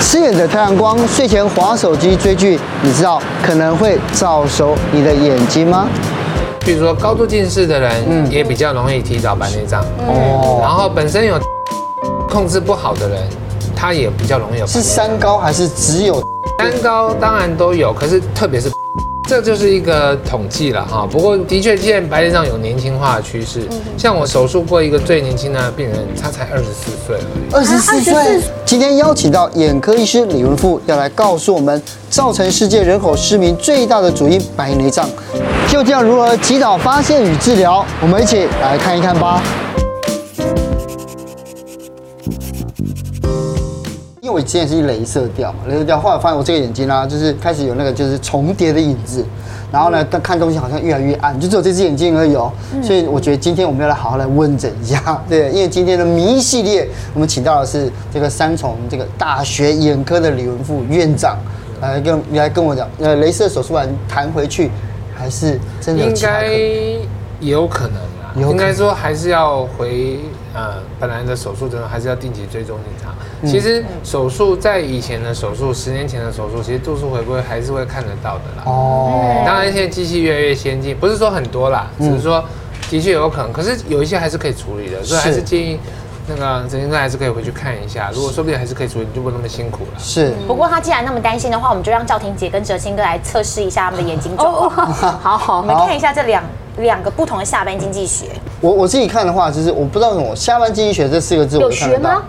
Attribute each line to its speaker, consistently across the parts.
Speaker 1: 刺眼的太阳光，睡前划手机追剧，你知道可能会照熟你的眼睛吗？
Speaker 2: 比如说高度近视的人，也比较容易提早白内障。然
Speaker 1: 嗯哦，
Speaker 2: 后本身有控制不好的人，他也比较容易有白内
Speaker 1: 是
Speaker 2: 障
Speaker 1: 三高还是只有？
Speaker 2: 三高当然都有，可是特别是这就是一个统计了哈。不过的确，现在白内障有年轻化的趋势。
Speaker 1: 嗯
Speaker 2: 像我手术过一个最年轻的病人，他才二十四岁而已。
Speaker 1: 二十四
Speaker 3: 啊
Speaker 1: 岁
Speaker 3: 24。
Speaker 1: 今天邀请到眼科医师李文富，要来告诉我们造成世界人口失明最大的主因——白内障，究竟要如何及早发现与治疗？我们一起来看一看吧。因为我之前是镭射掉，镭射掉，后来发现我这个眼睛啊，就是开始有那个就是重叠的影子，然后呢，但看东西好像越来越暗，就只有这只眼睛而已哦。
Speaker 4: 嗯
Speaker 1: 所以我觉得今天我们要来好好来问诊一下，对，因为今天的迷系列，我们请到的是这个三重这个大学眼科的李文富院长，来跟来跟我讲，呃，镭射手术完弹回去，还是真的有
Speaker 2: 应
Speaker 1: 其他可
Speaker 2: 该
Speaker 1: 能
Speaker 2: 有可能啦，
Speaker 1: 有可能
Speaker 2: 应该说还是要回呃本来的手术诊所，还是要定期追踪检查。
Speaker 1: 嗯
Speaker 2: 其实手术在以前的手术，十年前的手术，其实度数回归还是会看得到的啦。
Speaker 1: 哦，嗯
Speaker 2: 当然，现在机器越来越先进，不是说很多啦，只是说的确有可能，可是有一些还是可以处理的，所以还
Speaker 1: 是
Speaker 2: 是建议那个神经科还是可以回去看一下，如果说不定还是可以处理，就不会那么辛苦了。
Speaker 1: 是。
Speaker 3: 不过他既然那么担心的话，我们就让赵婷姐跟哲清哥来测试一下他们的眼睛状
Speaker 4: 哦
Speaker 3: 况。
Speaker 4: 好好
Speaker 3: 我们看一下这两两个不同的下班经济学。
Speaker 1: 我我自己看的话，就是我不知道怎么下半经济学这四个字我
Speaker 4: 有
Speaker 1: 看得
Speaker 4: 学吗
Speaker 1: 到，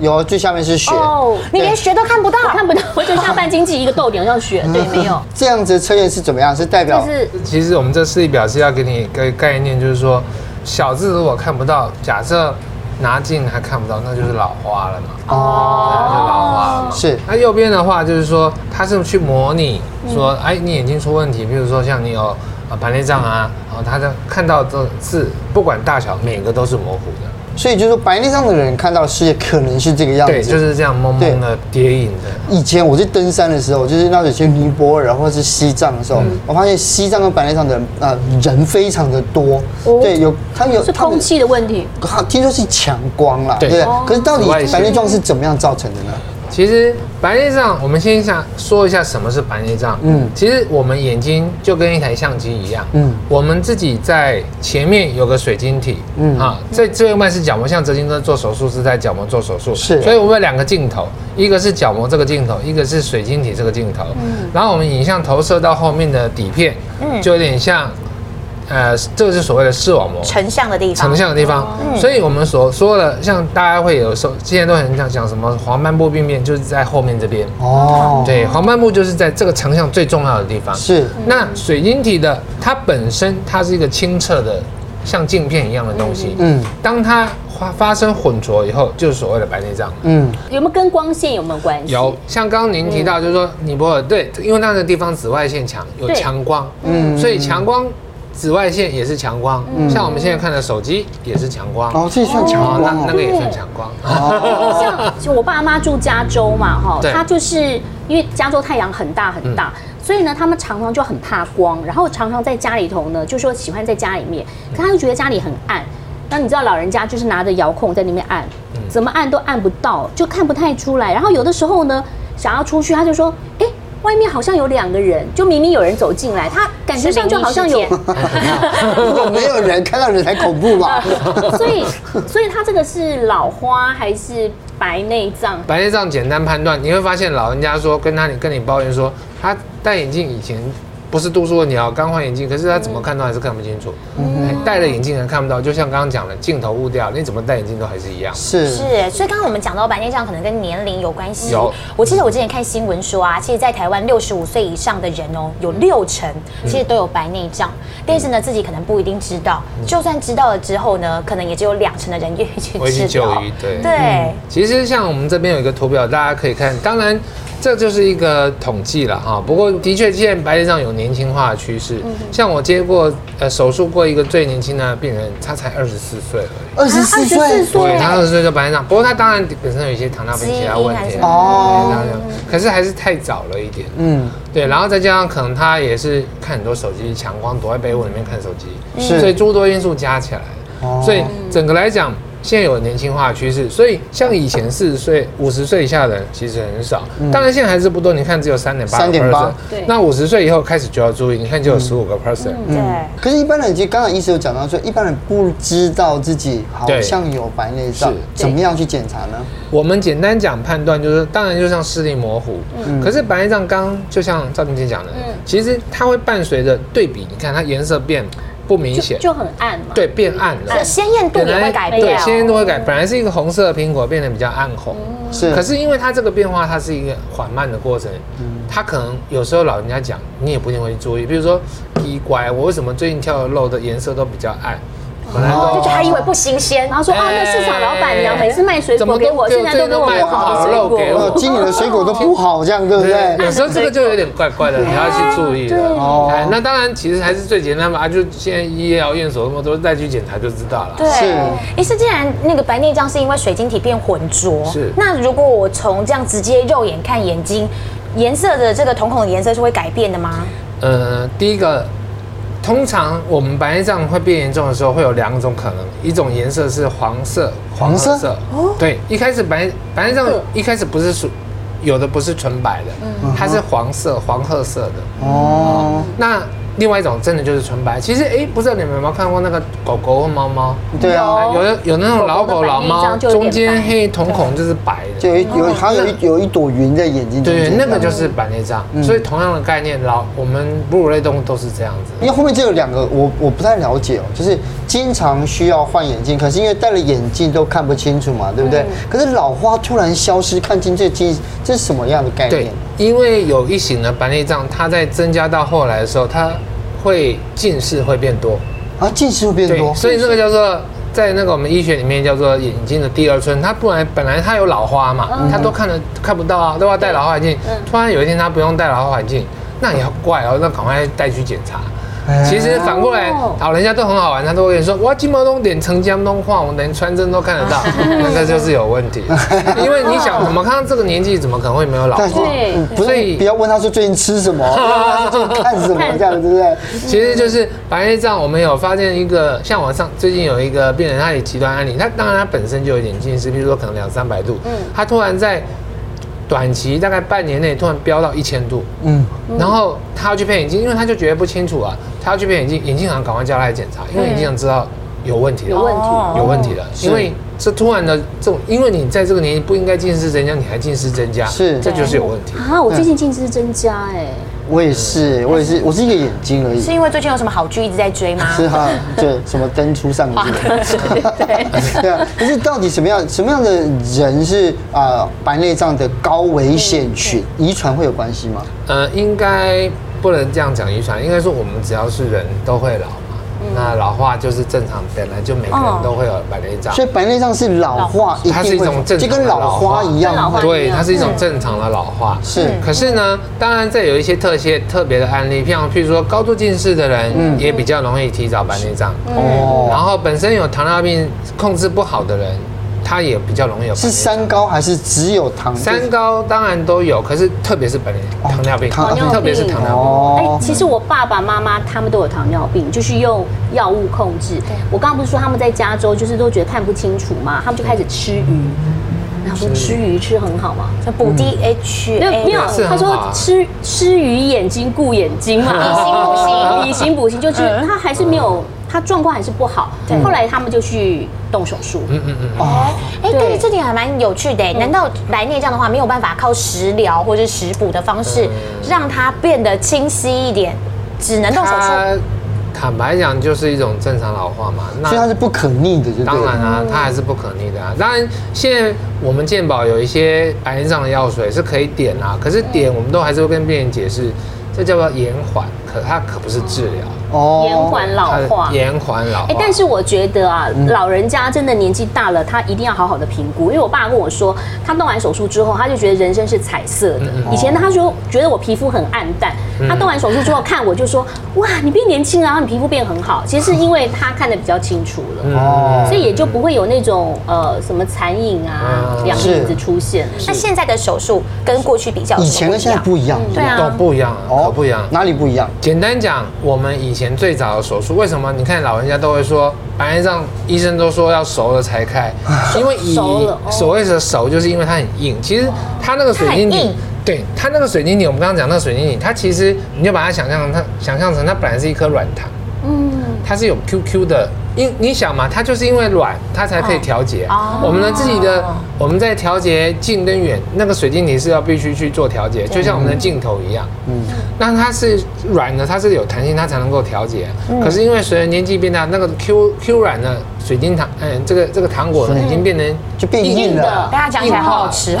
Speaker 1: 有最下面是学。
Speaker 4: 哦，
Speaker 3: 你连学都看不到，
Speaker 4: 我看不到，我就下半经济一个逗点，我要学， 对，没
Speaker 2: 嗯
Speaker 4: 有，
Speaker 1: 这样子的测验是怎么样？是代
Speaker 4: 就
Speaker 1: 表
Speaker 4: 是
Speaker 2: 其实我们这示例表是要给你一个概念，就是说小字如果看不到，假设拿近还看不到，那就是老花了嘛，
Speaker 1: 哦，
Speaker 2: 那就是老花了嘛。
Speaker 1: 是
Speaker 2: 那右边的话就是说，它是去模拟说，哎，你眼睛出问题，比如说像你有呃白内障啊，然后它的看到的字不管大小，每个都是模糊的。
Speaker 1: 所以就是说白内障的人看到世界可能是这个样子。
Speaker 2: 对，就是这样蒙蒙的叠影的。
Speaker 1: 以前我去登山的时候，就是那有些尼泊尔或者是西藏的时候，
Speaker 2: 嗯
Speaker 1: 我发现西藏跟白内障的人呃人非常的多。对，有他们有
Speaker 4: 是
Speaker 1: 他们
Speaker 4: 空气的问题，
Speaker 1: 他听说是强光啦，对
Speaker 2: 对
Speaker 1: 不对。可是到底
Speaker 2: 紫外线
Speaker 1: 白内障是怎么样造成的呢？
Speaker 2: 其实白内障，我们先想说一下什么是白内障。
Speaker 1: 嗯
Speaker 2: 嗯，其实我们眼睛就跟一台相机一样，
Speaker 1: 嗯
Speaker 2: 嗯，我们自己在前面有个水晶体，
Speaker 1: 嗯
Speaker 2: 嗯啊，这这右半是角膜，像泽金哥做手术是在角膜做手术，
Speaker 1: 是
Speaker 2: 所以我们有两个镜头，一个是角膜这个镜头，一个是水晶体这个镜头。然后我们影像投射到后面的底片，就有点像，呃，这个是所谓的视网膜，
Speaker 3: 成像的地方。
Speaker 2: 成像的地方，
Speaker 1: 嗯
Speaker 2: 所以我们所说的，像大家会有时候现在都很想讲什么黄斑部病变，就是在后面这边。
Speaker 1: 哦，
Speaker 2: 对，黄斑部就是在这个成像最重要的地方。
Speaker 1: 是
Speaker 2: 那水晶体的它本身它是一个清澈的，像镜片一样的东西。
Speaker 1: 嗯
Speaker 2: 嗯，当它发发生混浊以后，就是所谓的白内障。
Speaker 1: 嗯，
Speaker 4: 有没有跟光线有没有关系？
Speaker 2: 有，像刚刚您提到，就是说尼泊尔对，因为那个地方紫外线强，有
Speaker 4: 对
Speaker 2: 强光，嗯，所以强光紫外线也是强光，像我们现在看的手机也是强光，
Speaker 1: 嗯哦，这也算强
Speaker 2: 哦，那
Speaker 1: 光
Speaker 2: 那
Speaker 1: 哦。
Speaker 2: 个也算强光。
Speaker 4: 像就我爸妈住加州嘛，哈，
Speaker 2: 对
Speaker 4: 他就是因为加州太阳很大很
Speaker 3: 嗯
Speaker 4: 大，所以呢，他们常常就很怕光，然后常常在家里头呢，就说喜欢在家里面，
Speaker 3: 嗯
Speaker 4: 可他就觉得家里很暗。那你知道老人家就是拿着遥控在那边按，
Speaker 3: 嗯
Speaker 4: 怎么按都按不到，就看不太出来。然后有的时候呢，想要出去，他就说，哎。外面好像有两个人，就明明有人走进来，他感觉上就好像有
Speaker 3: 是灵异事
Speaker 1: 如果没有人看到人才恐怖吧？
Speaker 4: 所以，所以他这个是老花还是白内障？
Speaker 2: 白内障简单判断，你会发现老人家说跟他你跟你抱怨说他戴眼镜以前不是度数问题哦，刚换眼镜，可是他怎么看都还是看不清楚，哎戴了眼镜还看不到，就像刚刚讲的镜头误掉，你怎么戴眼镜都还是一样。
Speaker 1: 是
Speaker 3: 是，所以刚刚我们讲到白内障可能跟年龄有关系。
Speaker 2: 有
Speaker 3: 我记得我之前看新闻说啊，其实，在台湾六十五岁以上的人哦，有六成
Speaker 2: 嗯
Speaker 3: 其实都有白内障，但是呢，自己可能不一定知道，
Speaker 2: 嗯
Speaker 3: 就算知道了之后呢，可能也只有两成的人愿意去
Speaker 2: 回去
Speaker 3: 治疗
Speaker 2: 就医对嗯
Speaker 3: 对，
Speaker 2: 其实像我们这边有一个图表，大家可以看。当然，这就是一个统计了哈。不过的确，现在白内障有年轻化的趋势。像我接过呃手术过一个最年轻的病人，他才二十四岁而已。
Speaker 1: 二十四岁
Speaker 4: 24
Speaker 2: 对，他二十岁就白内障，不过他当然本身有一些糖尿病其他问题
Speaker 3: 基因还是
Speaker 2: 啊。对
Speaker 1: 哦，
Speaker 2: 当然可是还是太早了一点，
Speaker 1: 嗯，
Speaker 2: 对，然后再加上可能他也是看很多手机，
Speaker 3: 嗯
Speaker 2: 强光躲在被窝里面看手机，
Speaker 1: 是
Speaker 2: 所以诸多因素加起来，所以整个来讲，现在有年轻化的趋势，所以像以前四十岁、五十岁以下的人其实很少，当然现在还是不多。你看只有三点八
Speaker 1: 3.8
Speaker 4: 对
Speaker 2: 那五十岁以后开始就要注意，你看就有十五个 percent。
Speaker 3: 嗯对。
Speaker 1: 可是，一般人其实刚才医师有讲到说，一般人不知道自己好
Speaker 2: 对
Speaker 1: 像有白内障
Speaker 2: 是，
Speaker 1: 怎么样去检查呢？
Speaker 2: 我们简单讲判断，就是当然就像视力模糊，可是白内障刚就像赵婷姐讲的，
Speaker 3: 嗯
Speaker 2: 其实它会伴随着对比，你看它颜色变不明
Speaker 4: 就
Speaker 2: 显，
Speaker 4: 就很暗嘛。
Speaker 2: 对，变暗了，
Speaker 3: 这鲜艳度也会改变
Speaker 2: 对，
Speaker 3: 哦，
Speaker 2: 鲜艳度会改，本来是一个红色的苹果变得比较暗红，
Speaker 3: 嗯
Speaker 1: 是，
Speaker 2: 可是因为它这个变化，它是一个缓慢的过程，它可能有时候老人家讲，你也不一定会注意。比如说，奇怪，我为什么最近跳的肉的颜色都比较暗？本来
Speaker 3: 哦，
Speaker 2: 都
Speaker 3: 就觉得还以为不新鲜
Speaker 4: 然，后说啊，那市场老板娘每次卖水
Speaker 2: 哎怎
Speaker 4: 果
Speaker 2: 么
Speaker 4: 给我，
Speaker 2: 都
Speaker 4: 现在都给我
Speaker 2: 对
Speaker 4: 不好的水
Speaker 2: 都卖不好的肉给
Speaker 4: 果
Speaker 2: 我
Speaker 1: 哦，。今年的水果都不好，这样对不对？
Speaker 2: 有时候这个就有点怪怪的，你要去注意了。
Speaker 1: 哦
Speaker 2: 哎，那当然，其实还是最简单嘛，啊就现在医疗院所那么多，再去检查就知道了。
Speaker 1: 是
Speaker 3: 对，医师，既然那个白内障是因为水晶体变浑浊，
Speaker 2: 是
Speaker 3: 那如果我从这样直接肉眼看眼睛，颜色的这个瞳孔的颜色是会改变的吗？
Speaker 2: 呃，第一个，通常我们白内障会变严重的时候，会有两种可能，一种颜色是黄色、
Speaker 1: 黄色
Speaker 2: 褐对，一开始白白内障一开始不是属，有的不是纯白
Speaker 1: 嗯
Speaker 2: 的，它是黄色、黄褐色的。
Speaker 1: 哦，
Speaker 2: 那另外一种真的就是纯白。其实，哎，不知道你们有没有看过那个狗狗或猫猫？
Speaker 1: 对啊，
Speaker 2: 有的有那种老狗老
Speaker 4: 哦狗狗的白内
Speaker 2: 猫，
Speaker 4: 障就有点
Speaker 2: 中间
Speaker 4: 白
Speaker 2: 黑瞳孔就是白的，
Speaker 1: 就有一有好像有一有一朵云在眼睛中
Speaker 2: 对，
Speaker 1: 间，嗯
Speaker 2: 那个就是白内障。所以同样的概念，老我们哺乳类动物都是这样子。
Speaker 1: 因为后面这有两个，我我不太了解哦，就是经常需要换眼镜，可是因为戴了眼镜都看不清楚嘛，对不对？
Speaker 2: 嗯
Speaker 1: 可是老花突然消失，看清这镜，这是什么样的概
Speaker 2: 对
Speaker 1: 念？，
Speaker 2: 因为有一型的白内障，它在增加到后来的时候，它会近视会变多，
Speaker 1: 啊，近视会变多，
Speaker 2: 所以这个叫做在那个我们医学里面叫做眼睛的第二春。它不然本来它有老花嘛，它都看得看不到啊，都要戴老花眼镜。突然有一天它不用戴老花眼镜，那也要怪哦，那赶快带去检查。
Speaker 1: 哎
Speaker 2: 其实反过来
Speaker 4: 哦，
Speaker 2: 老人家都很好玩，他都会跟你说：“哇，金毛东点城江东话，我连穿针都看得到。”那这就是有问题，因为你想，我们看到这个年纪，怎么可能会没有老花？
Speaker 4: 对
Speaker 1: 嗯不
Speaker 2: 所
Speaker 1: 是
Speaker 2: 以
Speaker 1: 不要问他说最近吃什 么，不要问他说最近看什么，这样对不对？
Speaker 2: 其实就是白内障，我们有发现一个，像我上最近有一个病人，他也极端案例，他当然他本身就有点近视，比如说可能两三百度，
Speaker 4: 嗯
Speaker 2: 他突然在短期大概半年内突然飙到一千度，
Speaker 1: 嗯，
Speaker 2: 然后他要去配眼镜，因为他就觉得不清楚啊，他要去配眼镜，眼镜行赶快叫他来检查，因为眼镜行知道有问题了，
Speaker 4: 嗯有问题
Speaker 3: 哦
Speaker 2: 有问题了，因为这突然的这种，因为你在这个年纪不应该近视增加，你还近视增加，
Speaker 1: 是
Speaker 2: 这就是有问题。
Speaker 4: 啊，我最近近视增加哎，
Speaker 1: 我也是，我也是，我是一个眼睛而已
Speaker 3: 是，因为最近有什么好剧一直在追吗？
Speaker 1: 是哈，对，什么登出上去，对啊。 可是到底什么样什么样的人是啊、呃白内障的高危险群？遗传会有关系吗？
Speaker 2: 呃，应该不能这样讲遗传，应该说我们只要是人都会老嘛。那老化就是正常，本来就每个人都会有白内障
Speaker 1: 所。以白内障是老化，一
Speaker 2: 它是一
Speaker 1: 定会
Speaker 2: 种正
Speaker 1: 就
Speaker 2: 常的
Speaker 1: 跟老花一样
Speaker 4: 跟老花
Speaker 1: 会。
Speaker 2: 对，它是一种正常的老化。
Speaker 1: 是嗯
Speaker 2: 可是呢，当然这有一些特些特别的案例，像譬如说高度近视的人，也比较容易提早白内障。然
Speaker 1: 嗯哦，
Speaker 2: 后本身有糖尿病控制不好的人，他也比较容易有白内
Speaker 1: 是
Speaker 2: 障。
Speaker 1: 三高还是只有糖？
Speaker 2: 三高当然都有，可是特别是白内糖尿病，
Speaker 1: 哦糖尿
Speaker 2: 啊特别是糖尿病。
Speaker 1: 哦
Speaker 4: 哎，其实我爸爸妈妈他们都有糖尿病，就是用药物控制。我刚刚不是说他们在加州就是都觉得看不清楚嘛，他们就开始吃鱼。
Speaker 2: 嗯
Speaker 4: 然后说吃鱼吃很好嘛，
Speaker 3: 就补 DHA，
Speaker 4: 没有没有
Speaker 2: 是，很
Speaker 4: 他
Speaker 2: 好
Speaker 4: 说
Speaker 2: 啊
Speaker 4: 吃吃鱼眼睛顾眼睛嘛， 嗯以形补形，以形补形，就是他还是
Speaker 2: 嗯
Speaker 4: 没有，他状况还是不好。后来他们就去动手术，
Speaker 2: 嗯
Speaker 1: 哦，
Speaker 4: 对
Speaker 3: 哎，
Speaker 4: 嗯
Speaker 3: 但是这点还蛮有趣的哎，难道白内障的话没有办法靠食疗或者食补的方式
Speaker 2: 呃
Speaker 3: 让它变得清晰一点，只能动手术？
Speaker 2: 它坦白讲，就是一种正常老化嘛。那
Speaker 1: 所以它是不可逆的，就对了。
Speaker 2: 当然啊，它还是不可逆的啊。当然，现在我们健保有一些白内障的药水是可以点啊，可是点我们都还是会跟病人解释，这叫做延缓，可它可不是治疗，
Speaker 1: 哦
Speaker 4: 延缓老
Speaker 2: 它是
Speaker 4: 化。
Speaker 2: 延缓老化
Speaker 4: 哎。，但是我觉得啊，
Speaker 2: 嗯
Speaker 4: 老人家真的年纪大了，他一定要好好的评估。因为我爸跟我说，他动完手术之后，他就觉得人生是彩色
Speaker 2: 嗯
Speaker 4: 的。以前他说觉得我皮肤很暗淡，他动完手术之后看我就说，哇，你变年轻了，然后你皮肤变很好。其实是因为他看得比较清楚了，
Speaker 2: 嗯
Speaker 1: 哦
Speaker 4: 所以也就不会有那种呃什么残影啊、
Speaker 2: 嗯
Speaker 4: 两影子出现。
Speaker 3: 那现在的手术跟过去比较，
Speaker 1: 以前跟现在不一样，
Speaker 4: 对啊
Speaker 1: 哦
Speaker 2: 都不一样啊，可不一样。
Speaker 1: 哪里不一样？
Speaker 2: 简单讲，我们以前最早的手术，为什么你看老人家都会说白内障，医生都说要熟了才开，因为以
Speaker 4: 熟了哦
Speaker 2: 所谓的熟，就是因为它很硬。其实它那个水晶
Speaker 3: 它很
Speaker 2: 体
Speaker 3: 硬，
Speaker 2: 对它那个水晶体，我们刚刚讲那个水晶体，它其实你就把它想象成它想象成它本来是一颗软糖，
Speaker 4: 嗯，
Speaker 2: 它是有 QQ 的。因你想嘛，它就是因为软，它才可以调节。
Speaker 3: 哦
Speaker 2: 我们的自己的，我们在调节近跟远，那个水晶体是要必须去做调节，就像我们的镜头一样。
Speaker 1: 嗯，
Speaker 2: 那它是软的，它是有弹性，它才能够调节。
Speaker 3: 嗯
Speaker 2: 可是因为随着年纪变大，那个 Q Q 软的水晶糖，嗯，这个这个糖果呢，
Speaker 1: 是
Speaker 2: 已经变成
Speaker 1: 就变硬了。
Speaker 3: 啊大家讲起来好好吃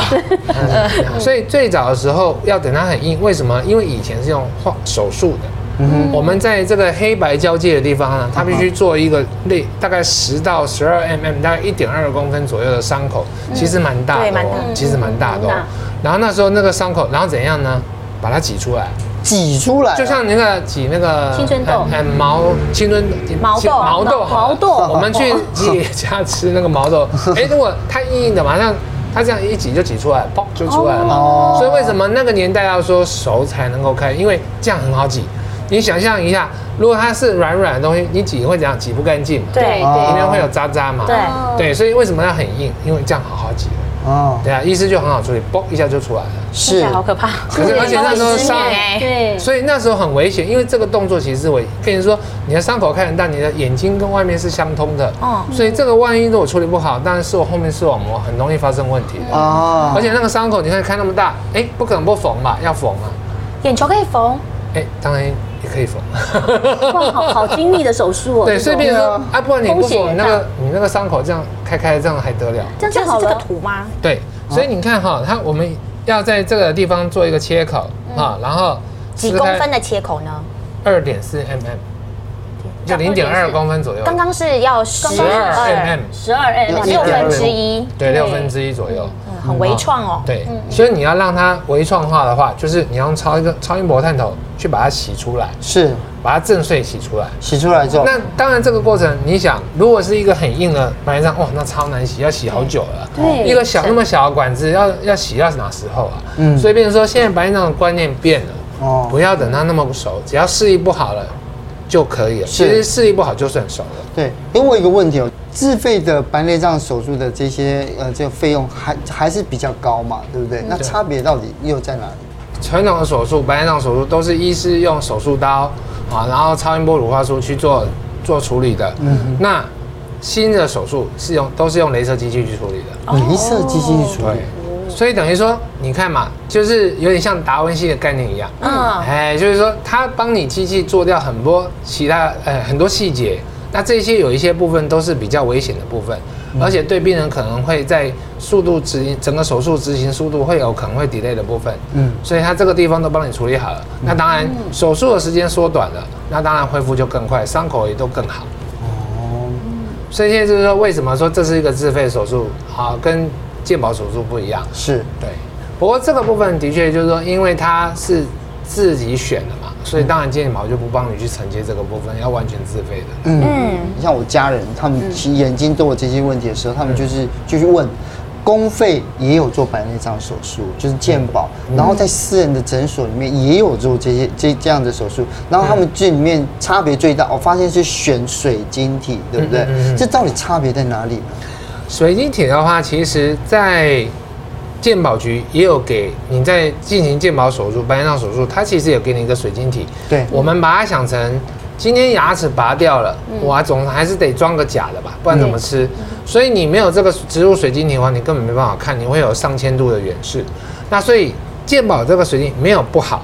Speaker 3: 哦，
Speaker 2: 所以最早的时候要等它很硬，为什么？因为以前是用化手术的，我们在这个黑白交界的地方呢，它必须做一个类大概十到十二 mm，大概一点二公分左右的伤口，其实蛮大的、哦，
Speaker 3: 对蛮大
Speaker 2: 其实蛮大的、哦
Speaker 4: 嗯蛮大。
Speaker 2: 然后那时候那个伤口，然后怎样呢？把它挤出来，
Speaker 1: 挤出来了，
Speaker 2: 就像那个挤那个
Speaker 4: 青春痘
Speaker 2: 嗯嗯毛青春
Speaker 3: 毛豆
Speaker 2: 毛豆好了
Speaker 4: 毛豆
Speaker 2: 我们去自己家吃那个毛豆，哎，如果它硬硬的，马上它这样一挤就挤出来，嘣就出来了嘛。
Speaker 1: 哦
Speaker 2: 所以为什么那个年代要说熟才能够开？因为这样很好挤。你想象一下，如果它是软软的东西，你挤会怎样？挤不干净嘛，
Speaker 4: 对
Speaker 1: 哦
Speaker 2: 里面会有渣渣嘛。
Speaker 3: 对
Speaker 2: 对，所以为什么要很硬？因为这样好好挤。
Speaker 1: 哦，
Speaker 2: 对啊，医师就很好处理，嘣一下就出来了。
Speaker 3: 听起
Speaker 1: 是
Speaker 3: 来好可怕。
Speaker 2: 可是而且那时候伤
Speaker 3: 失眠哎
Speaker 4: 对，
Speaker 2: 所以那时候很危险，因为这个动作其实是危，变成说你的伤口开很大，你的眼睛跟外面是相通的，
Speaker 4: 嗯
Speaker 3: 哦
Speaker 2: 所以这个万一如果处理不好，当然是我后面视网膜很容易发生问题
Speaker 4: 嗯
Speaker 2: 的。
Speaker 1: 哦，
Speaker 2: 而且那个伤口你看开那么大，哎、不可能不缝吧？要缝啊，
Speaker 3: 眼球可以缝，
Speaker 2: 哎、当然也可以缝。
Speaker 4: 哇，好好精密的手术哦，
Speaker 2: 对，
Speaker 4: 这
Speaker 2: 所以
Speaker 4: 种
Speaker 2: 变成说
Speaker 1: 对啊，
Speaker 2: 啊，不然你不
Speaker 4: 风险
Speaker 2: 缝
Speaker 4: 也
Speaker 2: 你
Speaker 4: 大
Speaker 2: 那个你那个伤口这样开开这样还得了？
Speaker 4: 这样就
Speaker 3: 就
Speaker 4: 好
Speaker 3: 是这个
Speaker 4: 了。
Speaker 3: 图吗？
Speaker 2: 对，
Speaker 4: 嗯
Speaker 2: 所以你看哈，它我们要在这个地方做一个切口
Speaker 4: 嗯
Speaker 2: 啊，然后
Speaker 3: 几公分的切口呢？
Speaker 2: 二点四 mm，就零点二公分左右。
Speaker 3: 刚刚是要十
Speaker 2: 十二 mm，
Speaker 4: 十二 M，
Speaker 3: 六分
Speaker 1: 12
Speaker 3: 之一，
Speaker 2: 对，六分之一左右。
Speaker 3: 很微创哦。
Speaker 2: 对，所以你要让它微创化的话，就是你要用超一个超音波探头去把它洗出来，
Speaker 1: 是
Speaker 2: 把它震碎洗出来。
Speaker 1: 洗出来之后，
Speaker 2: 那当然，这个过程你想，如果是一个很硬的白内障，哇，哦那超难洗，要洗好久了。
Speaker 4: 对
Speaker 2: 一个小那么小的管子要要洗要哪时候啊？
Speaker 1: 嗯
Speaker 2: 所以变成说，现在白内障的观念变了，
Speaker 1: 哦
Speaker 2: 不要等它那么熟，只要视力不好了就可以了。
Speaker 1: 是
Speaker 2: 其实视力不好就算熟了。
Speaker 1: 对，因为我有一个问题哦，自费的白内障手术的这些呃这个费用还还是比较高嘛，对不
Speaker 2: 嗯
Speaker 1: 对？那差别到底又在哪里？
Speaker 2: 传统的手术，白内障手术都是医师用手术刀啊，然后超音波乳化术去做做处理的。嗯，那新的手术是用都是用镭射机器去处理的。
Speaker 3: 哦
Speaker 1: 镭射机器去处理，
Speaker 2: 所以等于说，你看嘛，就是有点像达文西的概念一样。
Speaker 3: 嗯，
Speaker 2: 哎，就是说它帮你机器做掉很多其他呃很多细节，那这些有一些部分都是比较危险的部分，而且对病人可能会在速度执行整个手术执行速度会有可能会 delay 的部分，
Speaker 1: 嗯
Speaker 2: 嗯，所以它这个地方都帮你处理好了，那当然手术的时间缩短了，那当然恢复就更快，伤口也都更好。所以现在就是说，为什么说这是一个自费手术啊，跟健保手术不一样？
Speaker 1: 是
Speaker 2: 对，不过这个部分的确就是说，因为它是自己选的嘛，所以当然健保就不帮你去承接这个部分，要完全自费的。
Speaker 1: 嗯，像我家人他
Speaker 4: 嗯
Speaker 1: 们其眼睛都有这些问题的时候，
Speaker 2: 嗯
Speaker 1: 他们就是就去问。公费也有做白内障手术，就是健保，
Speaker 2: 嗯
Speaker 1: 然后在私人的诊所里面也有做这些这这样的手术，然后他们这里面差别最大，
Speaker 2: 嗯
Speaker 1: 我发现是选水晶体，对不对？这到底差别在哪里呢？
Speaker 2: 水晶体的话，其实在健保局也有给你在进行健保手术、白内障手术，它其实有给你一个水晶体。
Speaker 1: 对
Speaker 2: 我们把它想成，今天牙齿拔掉了，
Speaker 4: 嗯
Speaker 2: 我总还是得装个假的吧，不然怎么吃？所以你没有这个植入水晶体的话，你根本没办法看，你会有上千度的远视。那所以健保这个水晶没有不好，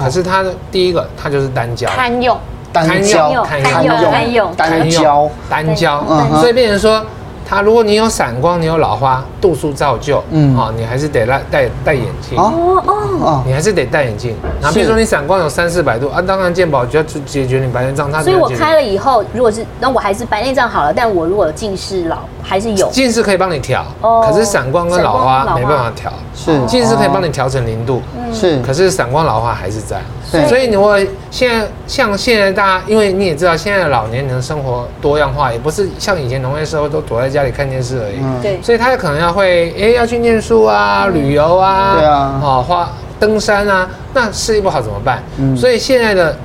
Speaker 4: 嗯
Speaker 2: 可是它的第一个它就是单焦，
Speaker 3: 堪用，
Speaker 1: 单焦、
Speaker 2: 堪
Speaker 4: 堪
Speaker 2: 用
Speaker 4: 用堪用
Speaker 1: 单
Speaker 2: 单
Speaker 1: 焦
Speaker 2: 焦，，单焦
Speaker 1: 嗯，哼
Speaker 2: 所以变成说，它如果你有散光，你有老花，度数照旧，
Speaker 1: 嗯
Speaker 2: 嗯，哦，你还是得戴戴戴眼镜，
Speaker 1: 哦
Speaker 4: 哦哦，
Speaker 1: 哦，
Speaker 2: 你还是得戴眼镜。然后比如说你散光有三四百度啊，当然健保就要去解决你白内障，它
Speaker 4: 所以
Speaker 2: 没有啊
Speaker 4: 我
Speaker 2: 解决
Speaker 4: 开了以后，如果是那我还是白内障好了，但我如果有近视老还是有，
Speaker 2: 近视可以帮你调，
Speaker 4: 哦
Speaker 2: 可是散光跟老
Speaker 4: 散
Speaker 2: 花
Speaker 4: 光跟
Speaker 2: 没
Speaker 4: 老花
Speaker 2: 办法调，
Speaker 1: 是
Speaker 2: 近视可以帮你调成零度，
Speaker 1: 是
Speaker 2: 嗯可是散光老花还是在。
Speaker 1: 对
Speaker 2: 所以你会现在像现在大家，因为你也知道，现在的老年人生活多样化，也不是像以前农业时候都躲在家里看电视而已。
Speaker 1: 嗯
Speaker 4: 对
Speaker 2: 所以他可能要会，哎、要去念书啊、旅游啊，
Speaker 1: 对啊嗯
Speaker 2: 哦，花登山啊，那视力不好怎么办？所以现在的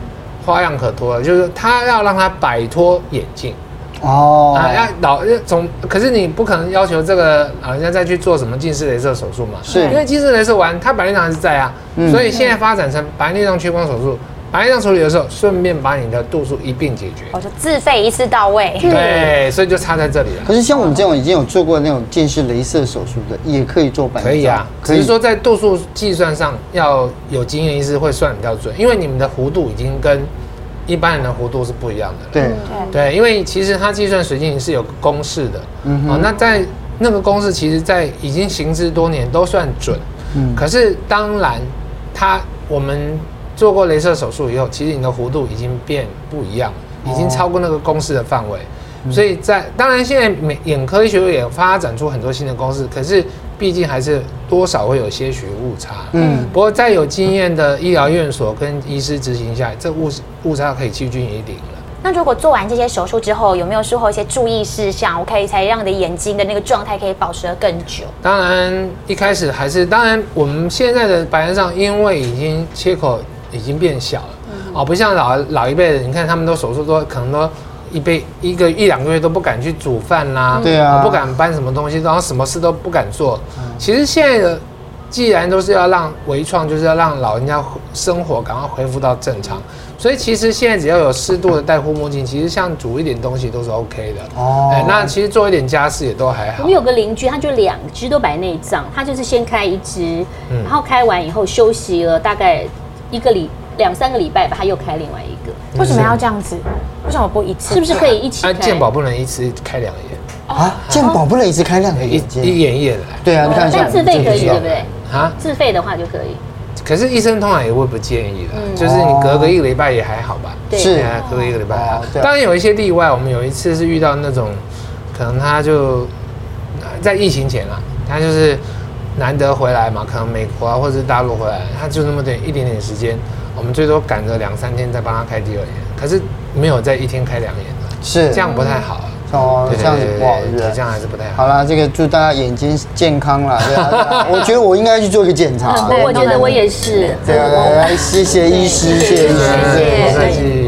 Speaker 2: 花样可多了，就是他要让他摆脱眼镜。
Speaker 1: 哦，
Speaker 2: 啊，要老要从，可是你不可能要求这个老人家再去做什么近视雷射手术嘛？
Speaker 1: 是
Speaker 2: 因为近视雷射完，它白内障还是在啊，
Speaker 1: 嗯
Speaker 2: 所以现在发展成白内障屈光手术，白内障处理的时候，顺便把你的度数一并解决。
Speaker 1: 哦
Speaker 3: 我哦就自费一次到位。
Speaker 2: 对，所以就差在这里了。
Speaker 1: 可是像我们这种已经有做过那种近视雷射手术的，也可以做白内障
Speaker 2: 可以啊，
Speaker 1: 可
Speaker 2: 只
Speaker 1: 以
Speaker 2: 是说在度数计算上要有经验医师会算比较准，因为你们的弧度已经跟一般人的弧度是不一样的了。
Speaker 4: 嗯
Speaker 1: 对，
Speaker 2: 对，因为其实它计算水晶是有个公式的，
Speaker 1: 嗯哼
Speaker 2: 哦，那在那个公式其实，在已经行之多年都算准，
Speaker 1: 嗯
Speaker 2: 可是当然，它我们做过镭射手术以后，其实你的弧度已经变不一样了，已经
Speaker 1: 哦嗯
Speaker 2: 超过那个公式的范围，所以在当然现在美眼科医学会也发展出很多新的公式，可是毕竟还是多少会有些许误差，
Speaker 1: 嗯，
Speaker 2: 不过在有经验的医疗院所跟医师执行下，这误误差可以趋近于零了。
Speaker 3: 那如果做完这些手术之后，有没有术后一些注意事项？我可以才让你的眼睛的那个状态可以保持得更久。
Speaker 2: 当然，一开始还是当然，我们现在的白内障因为已经切口已经变小了，哦，不像老老一辈的，你看他们都手术都可能都一辈一个一两个月都不敢去煮饭啦，
Speaker 1: 对啊嗯
Speaker 2: 不敢搬什么东西，然后什么事都不敢做。其实现在的既然都是要让微创，就是要让老人家生活赶快恢复到正常，所以其实现在只要有适度的戴护目镜，其实像煮一点东西都是 OK 的。
Speaker 1: 哦
Speaker 2: 哎，那其实做一点家事也都还
Speaker 4: 我
Speaker 2: 好
Speaker 4: 们。有个邻居，他就两只都白内障，他就是先开一只，
Speaker 2: 嗯
Speaker 4: 然后开完以后休息了大概一个礼两三个礼拜吧，他又开另外一个，
Speaker 3: 为什么要这样子？为什么不一次？
Speaker 4: 是不是可以一起开？
Speaker 2: 啊，健保不能一次开两眼。
Speaker 1: 啊，鉴宝不能一直开亮的
Speaker 2: 一
Speaker 1: 眼
Speaker 2: 一
Speaker 1: 睛，
Speaker 2: 眼一眼来
Speaker 1: 对啊，你看一下，
Speaker 4: 哦但自费可以
Speaker 1: 这个
Speaker 4: 对不对？
Speaker 2: 啊。
Speaker 4: 自费的话就可以，
Speaker 2: 可是医生通常也会不建议的，
Speaker 1: 嗯
Speaker 2: 就是你隔个一个礼拜也还好吧。
Speaker 4: 对
Speaker 1: 是
Speaker 2: 啊，隔个一个礼拜还好
Speaker 1: 哦哦对啊
Speaker 2: 当然有一些例外，我们有一次是遇到那种，可能他就在疫情前啊，他就是难得回来嘛，可能美国啊或者是大陆回来，他就那么点一点点时间，我们最多赶个两三天再帮他开第二眼，可是没有在一天开两眼的，
Speaker 1: 是
Speaker 2: 这样不太好啊。
Speaker 1: 哦，
Speaker 2: 对
Speaker 1: 这样子不好，对
Speaker 2: 对对
Speaker 1: 不
Speaker 2: 对
Speaker 1: 对
Speaker 2: 这样还是不太好。
Speaker 1: 好啦，这个祝大家眼睛健康啦。对啊，对 啊我觉得我应该去做一个检查。
Speaker 4: 嗯我觉得我也是。
Speaker 1: 啊对啊，对啊对啊谢谢医师，谢谢医师，
Speaker 4: 谢谢
Speaker 1: 对
Speaker 2: 不客气